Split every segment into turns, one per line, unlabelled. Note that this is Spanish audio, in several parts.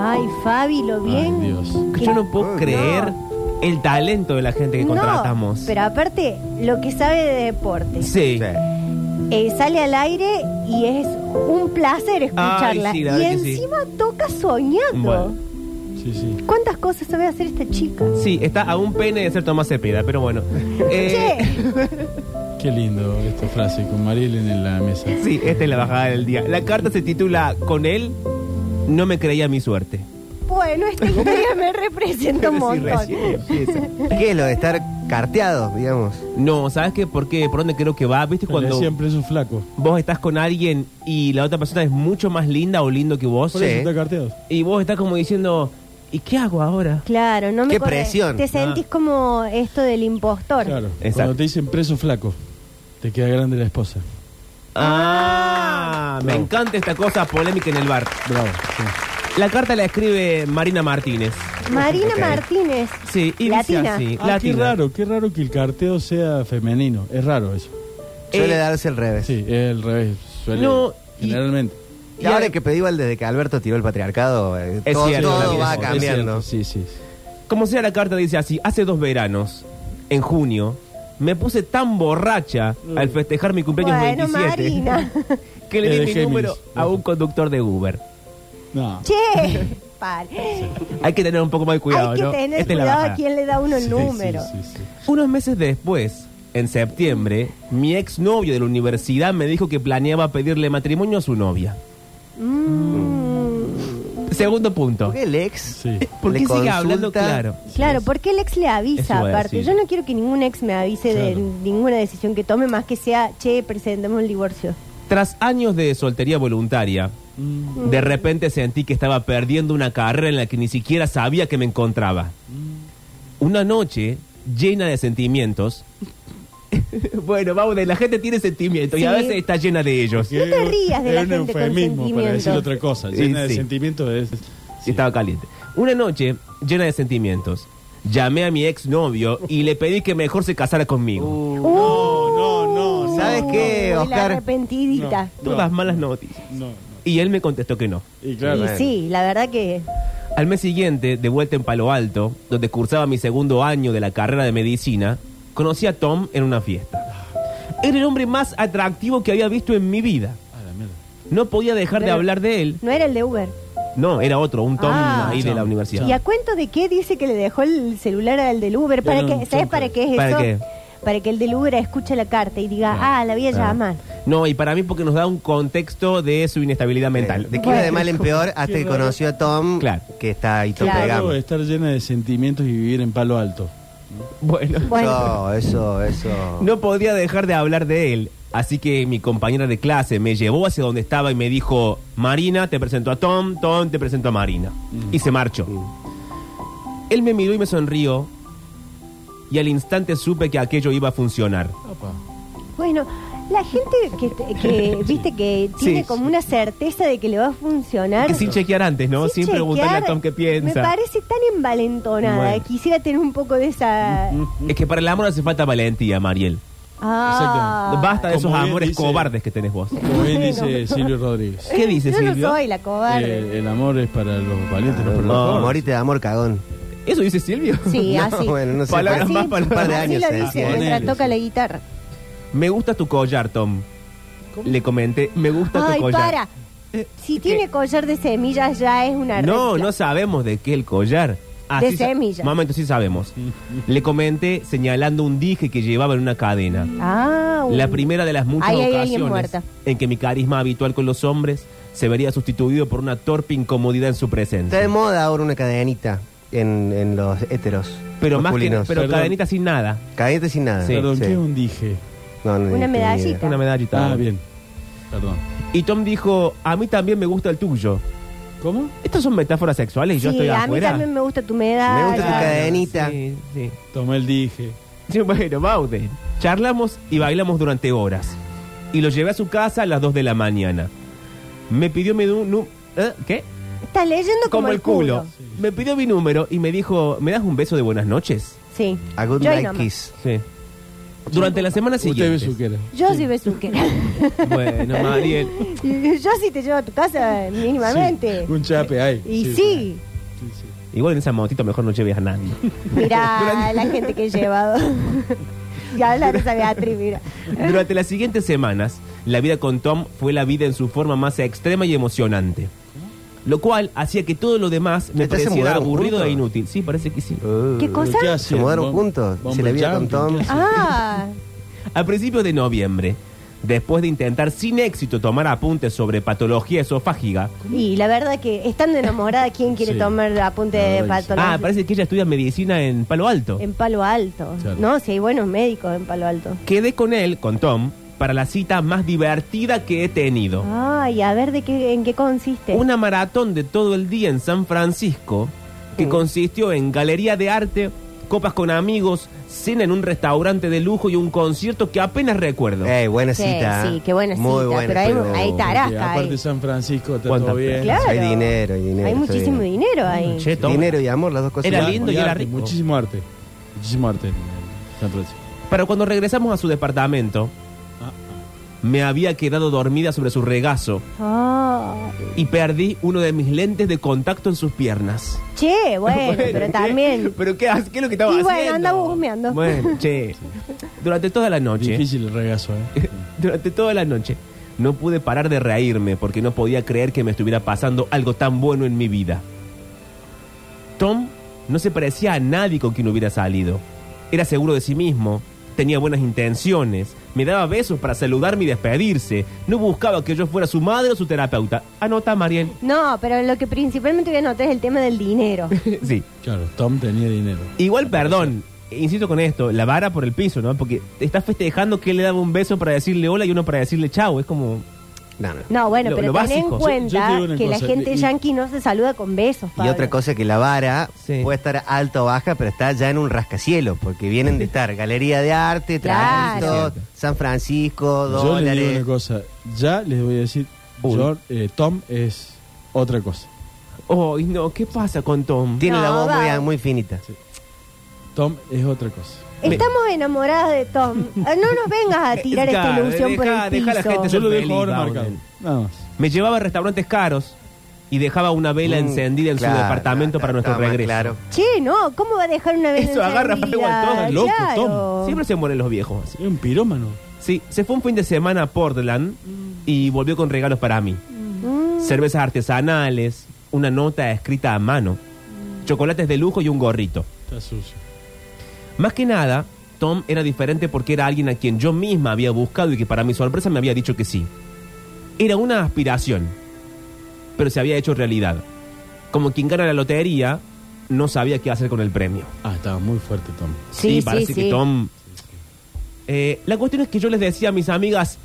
Ay, Fabi, lo bien.
Ay, Dios.
que-
Yo no puedo
Ah, No.
creer el talento de la gente que
No,
contratamos.
pero aparte, lo que sabe de deporte.
Sí.
Eh, sale al aire y es un placer escucharla.
Ay, sí, la
y
verdad que sí.
encima toca soñando.
Bueno.
Sí, sí.
¿Cuántas cosas sabe hacer esta chica?
Sí, está a un pene de ser Tomás Cepeda, pero bueno. Eh,
Che,
Qué lindo esta frase con Mariel en la mesa.
sí, esta es la bajada del día. La carta se titula Con él no me creía mi suerte.
bueno, esta historia me representa un
Pero sí,
montón.
recién empieza.
¿Qué es lo de estar carteado, digamos?
No, ¿sabes qué? ¿Por qué? ¿Por dónde creo que va? ¿Viste
Cuando
cuando
siempre es un flaco.
vos estás con alguien y la otra persona es mucho más linda o lindo que vos?
Por
Sí.
eso está carteado.
Y vos estás como diciendo, ¿y qué hago ahora?
Claro, no me
Qué
corre-
presión.
Te sentís como esto del impostor.
Claro.
Exacto.
Cuando te dicen preso flaco, te queda grande la esposa.
Ah, me encanta esta cosa polémica en el bar.
Bravo. sí. Ah,
La carta la escribe Marina Martínez.
Marina Martínez.
Sí, y
Latina.
dice así.
Ah, qué raro, qué raro que el carteo sea femenino. Es raro eso.
Suele
Eh,
darse al revés.
Sí, es el revés. Suele,
No, y-
generalmente.
Y ahora que pedí igual desde que Alberto tiró el patriarcado, eh,
Es
todo,
cierto,
todo
también
va
es cierto,
cambiando.
Es cierto, Sí, sí.
Como sea la carta dice así, hace dos veranos, en junio, me puse tan borracha al festejar mi cumpleaños
Mm. Bueno,
27
Marina.
que le
Es
di
de
mi
Géminis.
número a un conductor de Uber.
No.
Che, par.
Hay que tener un poco más de cuidado,
Hay que
¿no?
tener
Esta es la
cuidado a
bajada.
quién le da uno el
Sí,
número.
sí, sí, sí.
Unos meses después, en septiembre, mi exnovio de la universidad me dijo que planeaba pedirle matrimonio a su novia.
Mm,
Segundo punto.
¿Por qué el ex?
Sí.
¿Por
le
qué sigue
consulta?
hablando claro?
Claro, porque el ex le avisa
Eso iba a
aparte.
decir.
Yo no quiero que ningún ex me avise de
Claro.
ninguna decisión que tome más que sea, che, presentemos el divorcio.
Tras años de soltería voluntaria,
Mm,
de repente sentí que estaba perdiendo una carrera en la que ni siquiera sabía que me encontraba. Una noche llena de sentimientos. bueno, vamos, de- la gente tiene sentimientos y a
Sí.
veces está llena de ellos.
No te rías de la
es un
gente con
eufemismo para
sentimientos.
decir otra cosa.
Sí,
Llena de
sí.
sentimientos es.
Y Estaba caliente. Una noche llena de sentimientos. Llamé a mi exnovio y le pedí que mejor se casara conmigo.
No, Uh, no, no.
¿Sabes qué,
Uy, Uh, La
Oscar?
arrepentidita.
No.
Todas malas noticias.
No, no.
Y él me contestó que no.
Y claro.
y sí, la verdad que
Al mes siguiente, de vuelta en Palo Alto, donde cursaba mi segundo año de la carrera de medicina, conocí a Tom en una fiesta. Era el hombre más atractivo que había visto en mi vida.
A la mierda.
No podía dejar de
Pero-
hablar de él.
no era el de Uber.
No, era otro, un Tom
Ah.
ahí de la
Tom,
universidad.
¿Y a cuento de qué dice que le dejó el celular al del Uber? ¿Para
Era
qué?
un
¿Sabes
chonco.
para qué es
¿Para
eso?
qué?
Para que el del Uber escuche la carta y diga, ah, la voy a llamar.
No, y para mí porque nos da un contexto de su inestabilidad mental.
eh, De que iba de mal en peor hasta que conoció a Tom,
Claro.
que está ahí tope de
Claro.
gama.
Claro, estar llena de sentimientos y vivir en palo alto.
Bueno.
Bueno,
Eso, eso, eso.
No podía dejar de hablar de él, así que mi compañera de clase me llevó hacia donde estaba y me dijo, Marina, te presento a Tom, Tom, te presento a Marina. Y se marchó. Él me miró y me sonrió, y al instante supe que aquello iba a funcionar.
bueno, la gente que, que viste que
Sí,
tiene
sí.
como una certeza de que le va a funcionar.
Que sin chequear antes, ¿no? Sin,
chequear,
preguntarle a Tom qué
Me
piensa.
parece tan envalentonada.
Bueno.
Quisiera tener un poco de esa.
¿Mm?
Es que para el amor hace falta valentía, Mariel.
Ah.
Basta de
Como
esos
bien
amores
dice-
cobardes que tenés vos.
Como bien dice Silvio Rodríguez.
¿Qué dices,
Yo no
Silvio?
soy la cobarde.
Eh, el amor es para los valientes, no para los
No.
pobres.
Morite de amor cagón.
¿Eso dice Silvio?
Sí,
No,
así.
bueno, no sé.
Palabras
Así,
más, palabras
un par de
así
años.
lo
se
dice
eh,
decía.
Ponele,
mientras toca
sí.
la guitarra.
Me gusta tu collar, Tom. Le comenté, me gusta
Ay,
tu collar.
para. Eh, Si tiene collar de semillas ya es una
No,
red flag.
no sabemos de qué el collar. así
de
sa-
semillas.
Mamá, entonces sí sabemos. Le comenté señalando un dije que llevaba en una cadena.
Ah, un-
La primera de las muchas
Ahí hay alguien
ocasiones
muerta.
en que mi carisma habitual con los hombres se vería sustituido por una torpe incomodidad en su
Está de
presencia.
moda ahora una cadenita en, en los héteros.
Pero más que
masculinos.
pero
Perdón.
cadenita sin nada.
Cadenita sin nada.
Sí.
Perdón, ¿qué es un dije?
No, no,
Una
ni- ni
medallita.
idea.
Una medallita.
Ah, bien. Perdón.
Y Tom dijo, a mí también me gusta el tuyo.
¿Cómo?
Estas son metáforas sexuales y yo
sí,
estoy
a mí
afuera.
también me gusta tu medalla.
Me gusta tu cadena. cadenita.
Sí, sí.
Tomé el dije.
Sí, Bueno, Bauden. Charlamos y bailamos durante horas. Y lo llevé a su casa a las 2 de la mañana. Me pidió mi... nu- nu- ¿eh? ¿Qué?
Estás leyendo como, el culo.
Me pidió mi número y me dijo, ¿me das un beso de buenas noches?
Sí.
A good
Yo ahí
night
nomás.
kiss.
Sí. Durante la semana
Usted
siguiente.
ve su que era.
Yo sí, besuquera.
Bueno, Mariel.
Yo sí te llevo a tu casa mínimamente.
Un chape ahí.
Y sí,
Sí, sí.
Igual en esa motito mejor no lleves a nadie.
mira la gente que he llevado. ya habla de esa Beatriz, mira.
Durante las siguientes semanas, la vida con Tom fue la vida en su forma más extrema y emocionante. Lo cual hacía que todo lo demás me
¿Ustedes se
pareciera
mudaron
aburrido
juntos?
e inútil. Sí, parece que sí.
¿Qué
Uh,
cosa?
¿Qué hacen?
Se mudaron
Bom-
juntos, se
bomber
la vieron
jumping,
Tom.
¿qué hacen?
Ah,
A principios de noviembre, después de intentar sin éxito tomar apuntes sobre patología esofágica,
y la verdad que estando enamorada, ¿quién quiere
Sí.
tomar apunte de
La verdad que sí.
patología?
ah, parece que ella estudia medicina en Palo Alto.
En Palo Alto.
Claro.
No, si hay buenos médicos en Palo Alto.
Quedé con él, con Tom, para la cita más divertida que he tenido.
Ah, Ay, a ver de qué, en qué consiste.
Una maratón de todo el día en San Francisco que consistió en galería de arte, copas con amigos, cena en un restaurante de lujo y un concierto que apenas recuerdo.
Ey, buena
Sí,
cita.
sí, qué buena
Muy
cita,
buena,
pero ahí- ahí está. Tarasca,
Porque Eh, aparte
ahí.
San Francisco está
¿Cuántas
todo bien.
Claro.
Hay dinero, hay dinero.
hay
está
muchísimo
bien.
dinero ahí.
Che, Tom.
Dinero y amor, las dos cosas.
Era
Claro.
lindo y era
arte,
rico.
Muchísimo arte. Muchísimo arte en San Francisco.
Pero cuando regresamos a su departamento, me había quedado dormida sobre su regazo
Ah.
y perdí uno de mis lentes de contacto en sus piernas.
Che, bueno, pero
¿qué?
también.
¿Pero qué, hace- qué es lo que estaba
Y bueno,
haciendo?
anda husmeando.
Bueno, che. Durante toda la noche,
Difícil el regazo, ¿eh?
durante toda la noche, no pude parar de reírme porque no podía creer que me estuviera pasando algo tan bueno en mi vida. Tom no se parecía a nadie con quien hubiera salido. Era seguro de sí mismo, tenía buenas intenciones, me daba besos para saludarme y despedirse. No buscaba que yo fuera su madre o su terapeuta. Anota, Mariel.
No, pero lo que principalmente voy a notar es el tema del dinero.
sí.
Claro, Tom tenía dinero.
Igual, perdón, insisto con esto, la vara por el piso, ¿no? Porque te estás festejando que él le daba un beso para decirle hola y uno para decirle chau. Es como.
No, no.
No, bueno,
Lo-
pero
lo
ten en
básico.
Yo- yo te
cuenta
digo una
que la
cosa,
gente
y-
yankee no se saluda con besos,
Y
Pablo.
otra cosa que la vara
Sí.
puede estar alta o baja, pero está ya en un rascacielos, porque vienen de estar Galería de Arte,
Claro.
Tránsito, San
Yo
Francisco,
les digo
dólares.
una cosa. Ya les voy a decir,
Uy.
yo, eh, Tom es otra cosa.
¡Ay, no! ¿Qué pasa con Tom?
Tiene la
No,
voz muy,
va.
muy finita.
Tom es otra cosa.
Estamos enamoradas de Tom. Ah, No nos vengas a tirar esta
Claro,
ilusión por
deja-
el
deja a la
piso.
gente
Yo lo dejo
feliz,
ahora
Bauden.
marcado. Nada más.
Me llevaba a restaurantes caros y dejaba una vela
Mm,
encendida en
claro,
su departamento
claro,
para nuestro
está más
regreso.
Claro.
Che, no, ¿cómo va a dejar una vez
Eso agarra fuego al todo,
loco,
claro.
Tom.
Siempre se mueren los viejos. así.
Es un pirómano.
Sí, se fue un fin de semana a Portland y volvió con regalos para mí.
Mm,
Cervezas artesanales, una nota escrita a mano, chocolates de lujo y un gorrito.
Está sucio.
Más que nada, Tom era diferente porque era alguien a quien yo misma había buscado y que para mi sorpresa me había dicho que sí. Era una aspiración, pero se había hecho realidad. Como quien gana la lotería, no sabía qué hacer con el premio.
Ah, estaba muy fuerte Tom.
Sí, sí,
parece
sí.
que Tom... Eh, la cuestión es que yo les decía a mis amigas,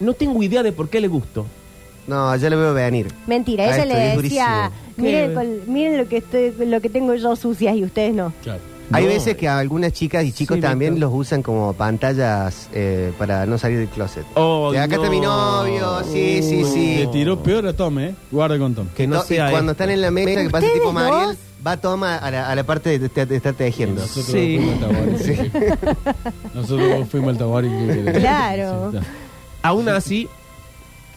no tengo idea de por qué le gusto.
No, ya lo veo venir.
Mentira,
Ah,
ella
esto
le
es
decía,
durísimo.
miren,
¿Qué?
con- miren lo que estoy, lo que tengo yo sucias y ustedes no.
Claro.
Hay
No.
veces que a algunas chicas y chicos
Sí,
también
Víctor.
los usan como pantallas eh, para no salir del closet.
Oh,
Y acá está mi
no.
novio, sí, sí,
No.
sí.
Le tiró peor a Tom, ¿eh? Guarda con Tom.
Que no
To- y
sea
cuando
esto.
están en la mesa que pasa
¿Ustedes
tipo
dos?
Mariel, va toma a la, a la parte de, te- de estar tejiendo.
Nosotros
Sí.
fuimos al Tabaré.
Sí.
Nosotros fuimos al Tabaré. ¿qué querés?
Claro.
Sí, está.
Aún así...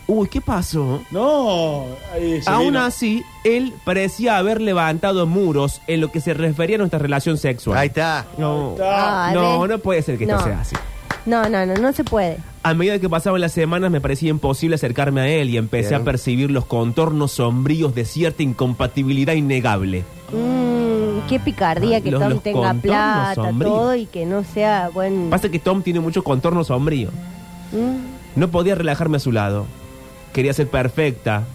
Uy, ¿qué pasó?
No, ahí se
Aún
vino.
así, él parecía haber levantado muros en lo que se refería a nuestra relación sexual.
Ahí está.
No,
Ah,
no,
¿ves?
no puede ser que esto
No.
sea así.
No, no, no, no se puede.
A medida que pasaban las semanas me parecía imposible acercarme a él y empecé a
Bien.
percibir los contornos sombríos de cierta incompatibilidad innegable.
Mm, Qué picardía
Ah,
que
los-
Tom
los
tenga
contornos
plata,
sombríos.
todo, y que no sea buen...
Pasa que Tom tiene mucho contorno sombrío.
Mm,
No podía relajarme a su lado. Quería ser perfecta,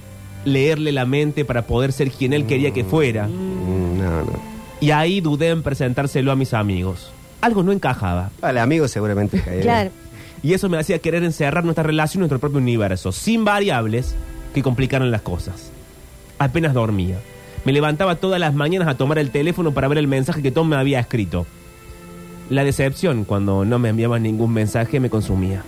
leerle la mente para poder ser quien él quería que fuera.
Mm, No, no.
Y ahí dudé en presentárselo a mis amigos. Algo no encajaba.
Al amigo seguramente cae
Eh,
bien.
Claro.
Y eso me hacía querer encerrar nuestra relación en nuestro propio universo, sin variables que complicaran las cosas. Apenas dormía. Me levantaba todas las mañanas a tomar el teléfono para ver el mensaje que Tom me había escrito. La decepción cuando no me enviaba ningún mensaje me consumía.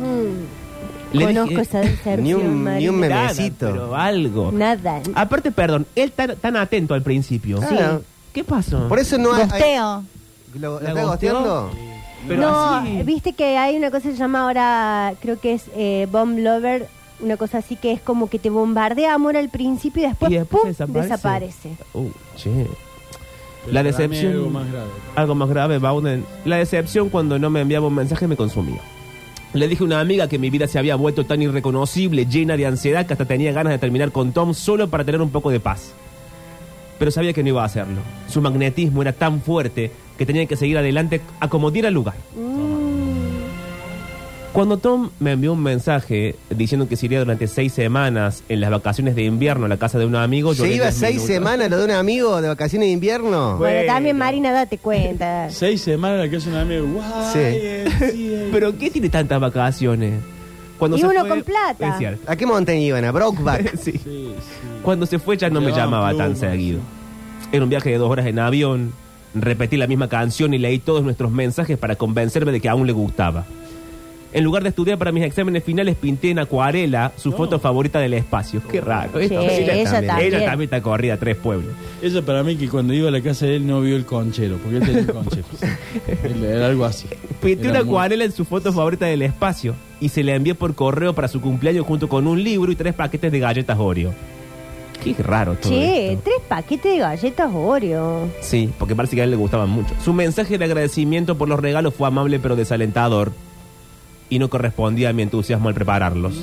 mm.
Le
Conozco
dije-
esa deserción,
Ni un- ni
Marina.
un meme.
Nada,
Memecito.
pero algo.
Nada.
Aparte, perdón, él tan, tan atento al principio.
Claro.
¿Qué pasó?
Por eso no hay. hay-
Gosteo.
¿Lo, lo
¿La
está
gosteó?
gosteando?
Pero
no,
así-
viste que hay una cosa que se llama ahora, creo que es eh, Bomb Lover, una cosa así que es como que te bombardea amor al principio y después,
y después
¡pum!
desaparece.
desaparece.
Uh, che. La
Pero para mí
decepción.
hay algo más grave.
Algo más grave, Bauden. La decepción cuando no me enviaba un mensaje me consumía. Le dije a una amiga que mi vida se había vuelto tan irreconocible, llena de ansiedad, que hasta tenía ganas de terminar con Tom solo para tener un poco de paz. Pero sabía que no iba a hacerlo. Su magnetismo era tan fuerte que tenía que seguir adelante a como diera lugar.
Mm.
Cuando Tom me envió un mensaje diciendo que se iría durante seis semanas en las vacaciones de invierno a la casa de un amigo, yo
¿Se
le
iba
di
seis
minutos.
semanas lo de un amigo de vacaciones de
Bueno,
invierno?
Bueno.
también Marina, date cuenta.
Seis semanas la que es un amigo. Guay,
Sí.
eh, sí, eh.
Pero ¿qué tiene tantas vacaciones? Cuando
Y
se
uno
fue-
con plata.
Es cierto.
¿A qué montaña iban? ¿A Brokeback?
Sí.
Sí, sí.
Cuando se fue ya no me
Llevaban
llamaba tan
plumas,
seguido. Era un viaje de dos horas en avión, repetí la misma canción y leí todos nuestros mensajes para convencerme de que aún le gustaba. En lugar de estudiar para mis exámenes finales, pinté en acuarela su foto favorita del espacio. Qué raro. ¿eh?
Sí,
ella también.
Ella también está corrida a tres pueblos.
Eso para mí que cuando iba a la casa de él no vio el conchero, porque él tenía un conchero. Él Era algo así.
Pinté
Era
una
muy-
acuarela en su foto favorita del espacio y se la envié por correo para su cumpleaños junto con un libro y tres paquetes de galletas Oreo. Qué raro todo
Che,
esto.
tres paquetes de galletas Oreo.
Sí, porque parece que a él le gustaban mucho. Su mensaje de agradecimiento por los regalos fue amable pero desalentador y no correspondía a mi entusiasmo al prepararlos.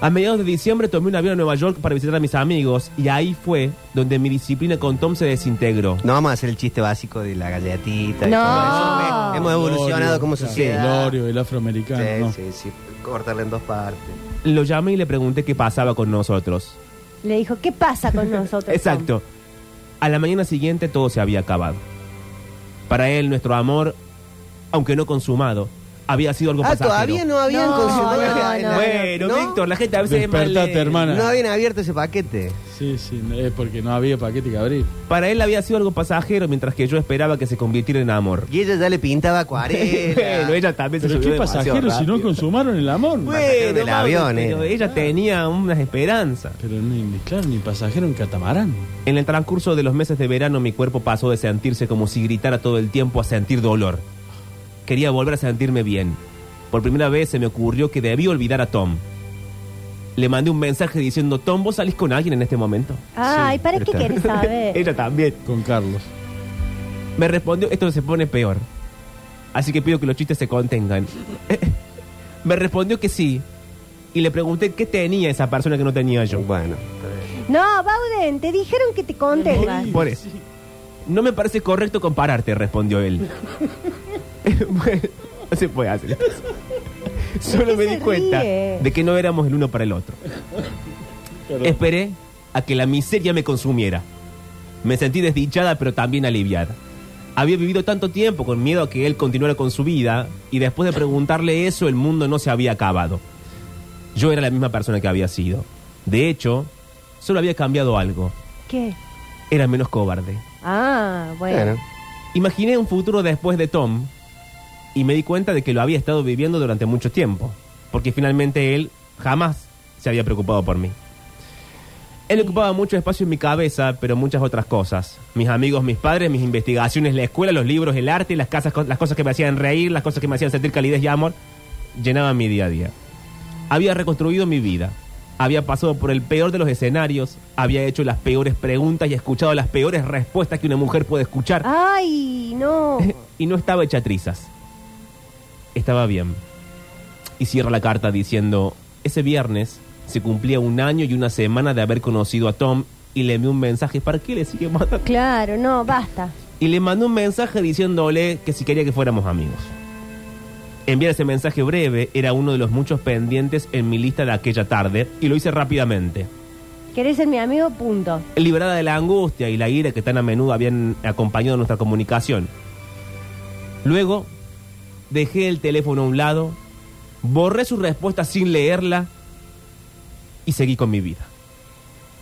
A mediados de diciembre tomé un avión a Nueva York para visitar a mis amigos y ahí fue donde mi disciplina con Tom se desintegró.
No vamos a hacer el chiste básico de la galletita. y
No.
todo eso. Hemos evolucionado
Lorio,
como
claro,
sociedad.
Lorio, el
Sí,
afroamericano. no.
sí, sí. Cortarla en dos partes.
Lo llamé y le pregunté qué pasaba con nosotros.
Le dijo, ¿qué pasa con nosotros? Tom?"
Exacto. A la mañana siguiente todo se había acabado. Para él nuestro amor, aunque no consumado, había sido algo
Ah,
pasajero.
todavía no habían
No,
consumado.
no,
la-
no.
la-
Bueno,
¿no?
Víctor, la gente a veces es más
Despertate,
lenta.
hermano.
No habían abierto ese paquete.
Sí, sí, no, es porque no había paquete que abrir.
Para él había sido algo pasajero, mientras que yo esperaba que se convirtiera en amor.
Y ella ya le pintaba acuarela.
Bueno, ella también se
Pero
subió
qué
demasiado
pasajero si no
rápido.
consumaron el amor.
Pasajero del
Mauro,
avión,
pero
eh.
ella tenía unas esperanzas.
Pero ni, ni- claro, ni pasajero en catamarán.
En el transcurso de los meses de verano, mi cuerpo pasó de sentirse como si gritara todo el tiempo a sentir dolor. Quería volver a sentirme bien. Por primera vez se me ocurrió que debía olvidar a Tom. Le mandé un mensaje diciendo, Tom, ¿vos salís con alguien en este momento?
Ay, ¿para qué querés saber?
Ella también.
Con Carlos.
Me respondió, esto se pone peor. Así que pido que los chistes se contengan. Me respondió que sí. Y le pregunté qué tenía esa persona que no tenía yo.
Bueno.
No, Bauden, te dijeron que te contengas.
Por eso. No me parece correcto compararte, respondió él. Bueno, no se puede hacer esto. Solo
qué
me
se
di cuenta
ríe?
de que no éramos el uno para el otro. Esperé a que la miseria me consumiera. Me sentí desdichada pero también aliviada. Había vivido tanto tiempo con miedo a que él continuara con su vida y después de preguntarle eso el mundo no se había acabado. Yo era la misma persona que había sido. De hecho, solo había cambiado algo.
¿Qué?
Era menos cobarde.
Ah, bueno.
Bueno.
Imaginé un futuro después de Tom y me di cuenta de que lo había estado viviendo durante mucho tiempo, porque finalmente él jamás se había preocupado por mí. Él ocupaba mucho espacio en mi cabeza, pero muchas otras cosas. Mis amigos, mis padres, mis investigaciones, la escuela, los libros, el arte, las, casas, las cosas que me hacían reír, las cosas que me hacían sentir calidez y amor, llenaban mi día a día. Había reconstruido mi vida. Había pasado por el peor de los escenarios, había hecho las peores preguntas y escuchado las peores respuestas que una mujer puede escuchar
Ay, no.
y no estaba hecha trizas. Estaba bien. Y cierra la carta diciendo, ese viernes se cumplía un año y una semana de haber conocido a Tom y le envió un mensaje. ¿Para qué le sigue mandando?
Claro, no, basta.
Y le mandó un mensaje diciéndole que si quería que fuéramos amigos. Enviar ese mensaje breve era uno de los muchos pendientes en mi lista de aquella tarde y lo hice rápidamente.
¿Querés ser mi amigo? Punto.
Liberada de la angustia y la ira que tan a menudo habían acompañado nuestra comunicación. Luego, dejé el teléfono a un lado, borré su respuesta sin leerla y seguí con mi vida.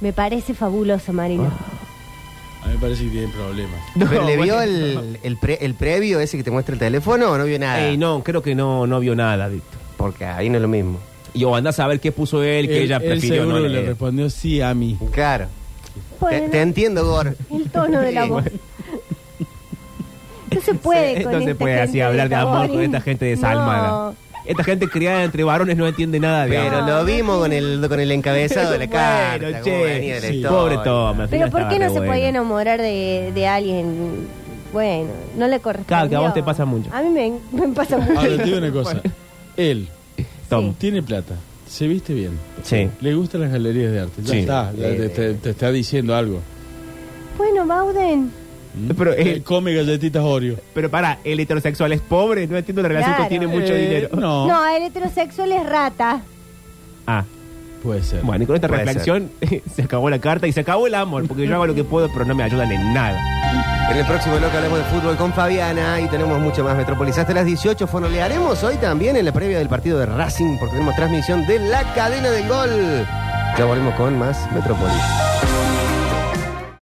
Me parece fabuloso, Marina.
Ah,
A mí me parece que tiene problemas.
¿Pero ¿Le vio
bueno.
el, el, pre- el previo ese que te muestra el teléfono o no vio nada?
Ey, no, creo que no, no vio nada, Víctor.
Porque ahí no es lo mismo.
Y o andás a ver qué puso él, que
Él-
ella
él
prefirió
seguro
no
le
leer.
respondió sí a mí.
Claro. Te,
Bueno,
te entiendo, Gor.
el tono de la
Sí.
voz. No se puede con
no se
esta
puede así
gente
hablar de amor con
Taborín.
esta gente desalmada.
No.
Esta gente criada entre varones no entiende nada de
Pero
amor.
lo vimos con el, con el encabezado de la
Bueno,
carta. cómo
che,
venía de la
sí.
historia.
Pobre Tom.
Pero
al final
¿por qué no
estaba re
se
bueno.
podía enamorar de, de alguien? Bueno, no le corresponde.
Claro, que a vos te pasa mucho.
A mí me, me pasa mucho.
Ahora te digo una cosa. Él
Tom.
tiene plata, se viste bien,
Sí.
le gustan las galerías de arte. Ya
Sí.
está, ya te, te- te está diciendo algo.
Bueno, Bauden.
¿Mm?
Pero él-
Eh, come galletitas Oreo.
Pero pará, el heterosexual es pobre, no entiendo la relación
Claro.
que tiene mucho
Eh,
dinero.
No,
No, el heterosexual es rata.
Ah,
puede ser.
bueno, y con esta
Puede
reflexión se acabó la carta y se acabó el amor, porque yo hago lo que puedo, pero no me ayudan en nada.
En el próximo bloque hablamos de fútbol con Fabiana y tenemos mucho más. Metropolis hasta las 18. Fonolearemos hoy también en la previa del partido de Racing porque tenemos transmisión de la cadena del gol. Ya volvemos con más Metropolis.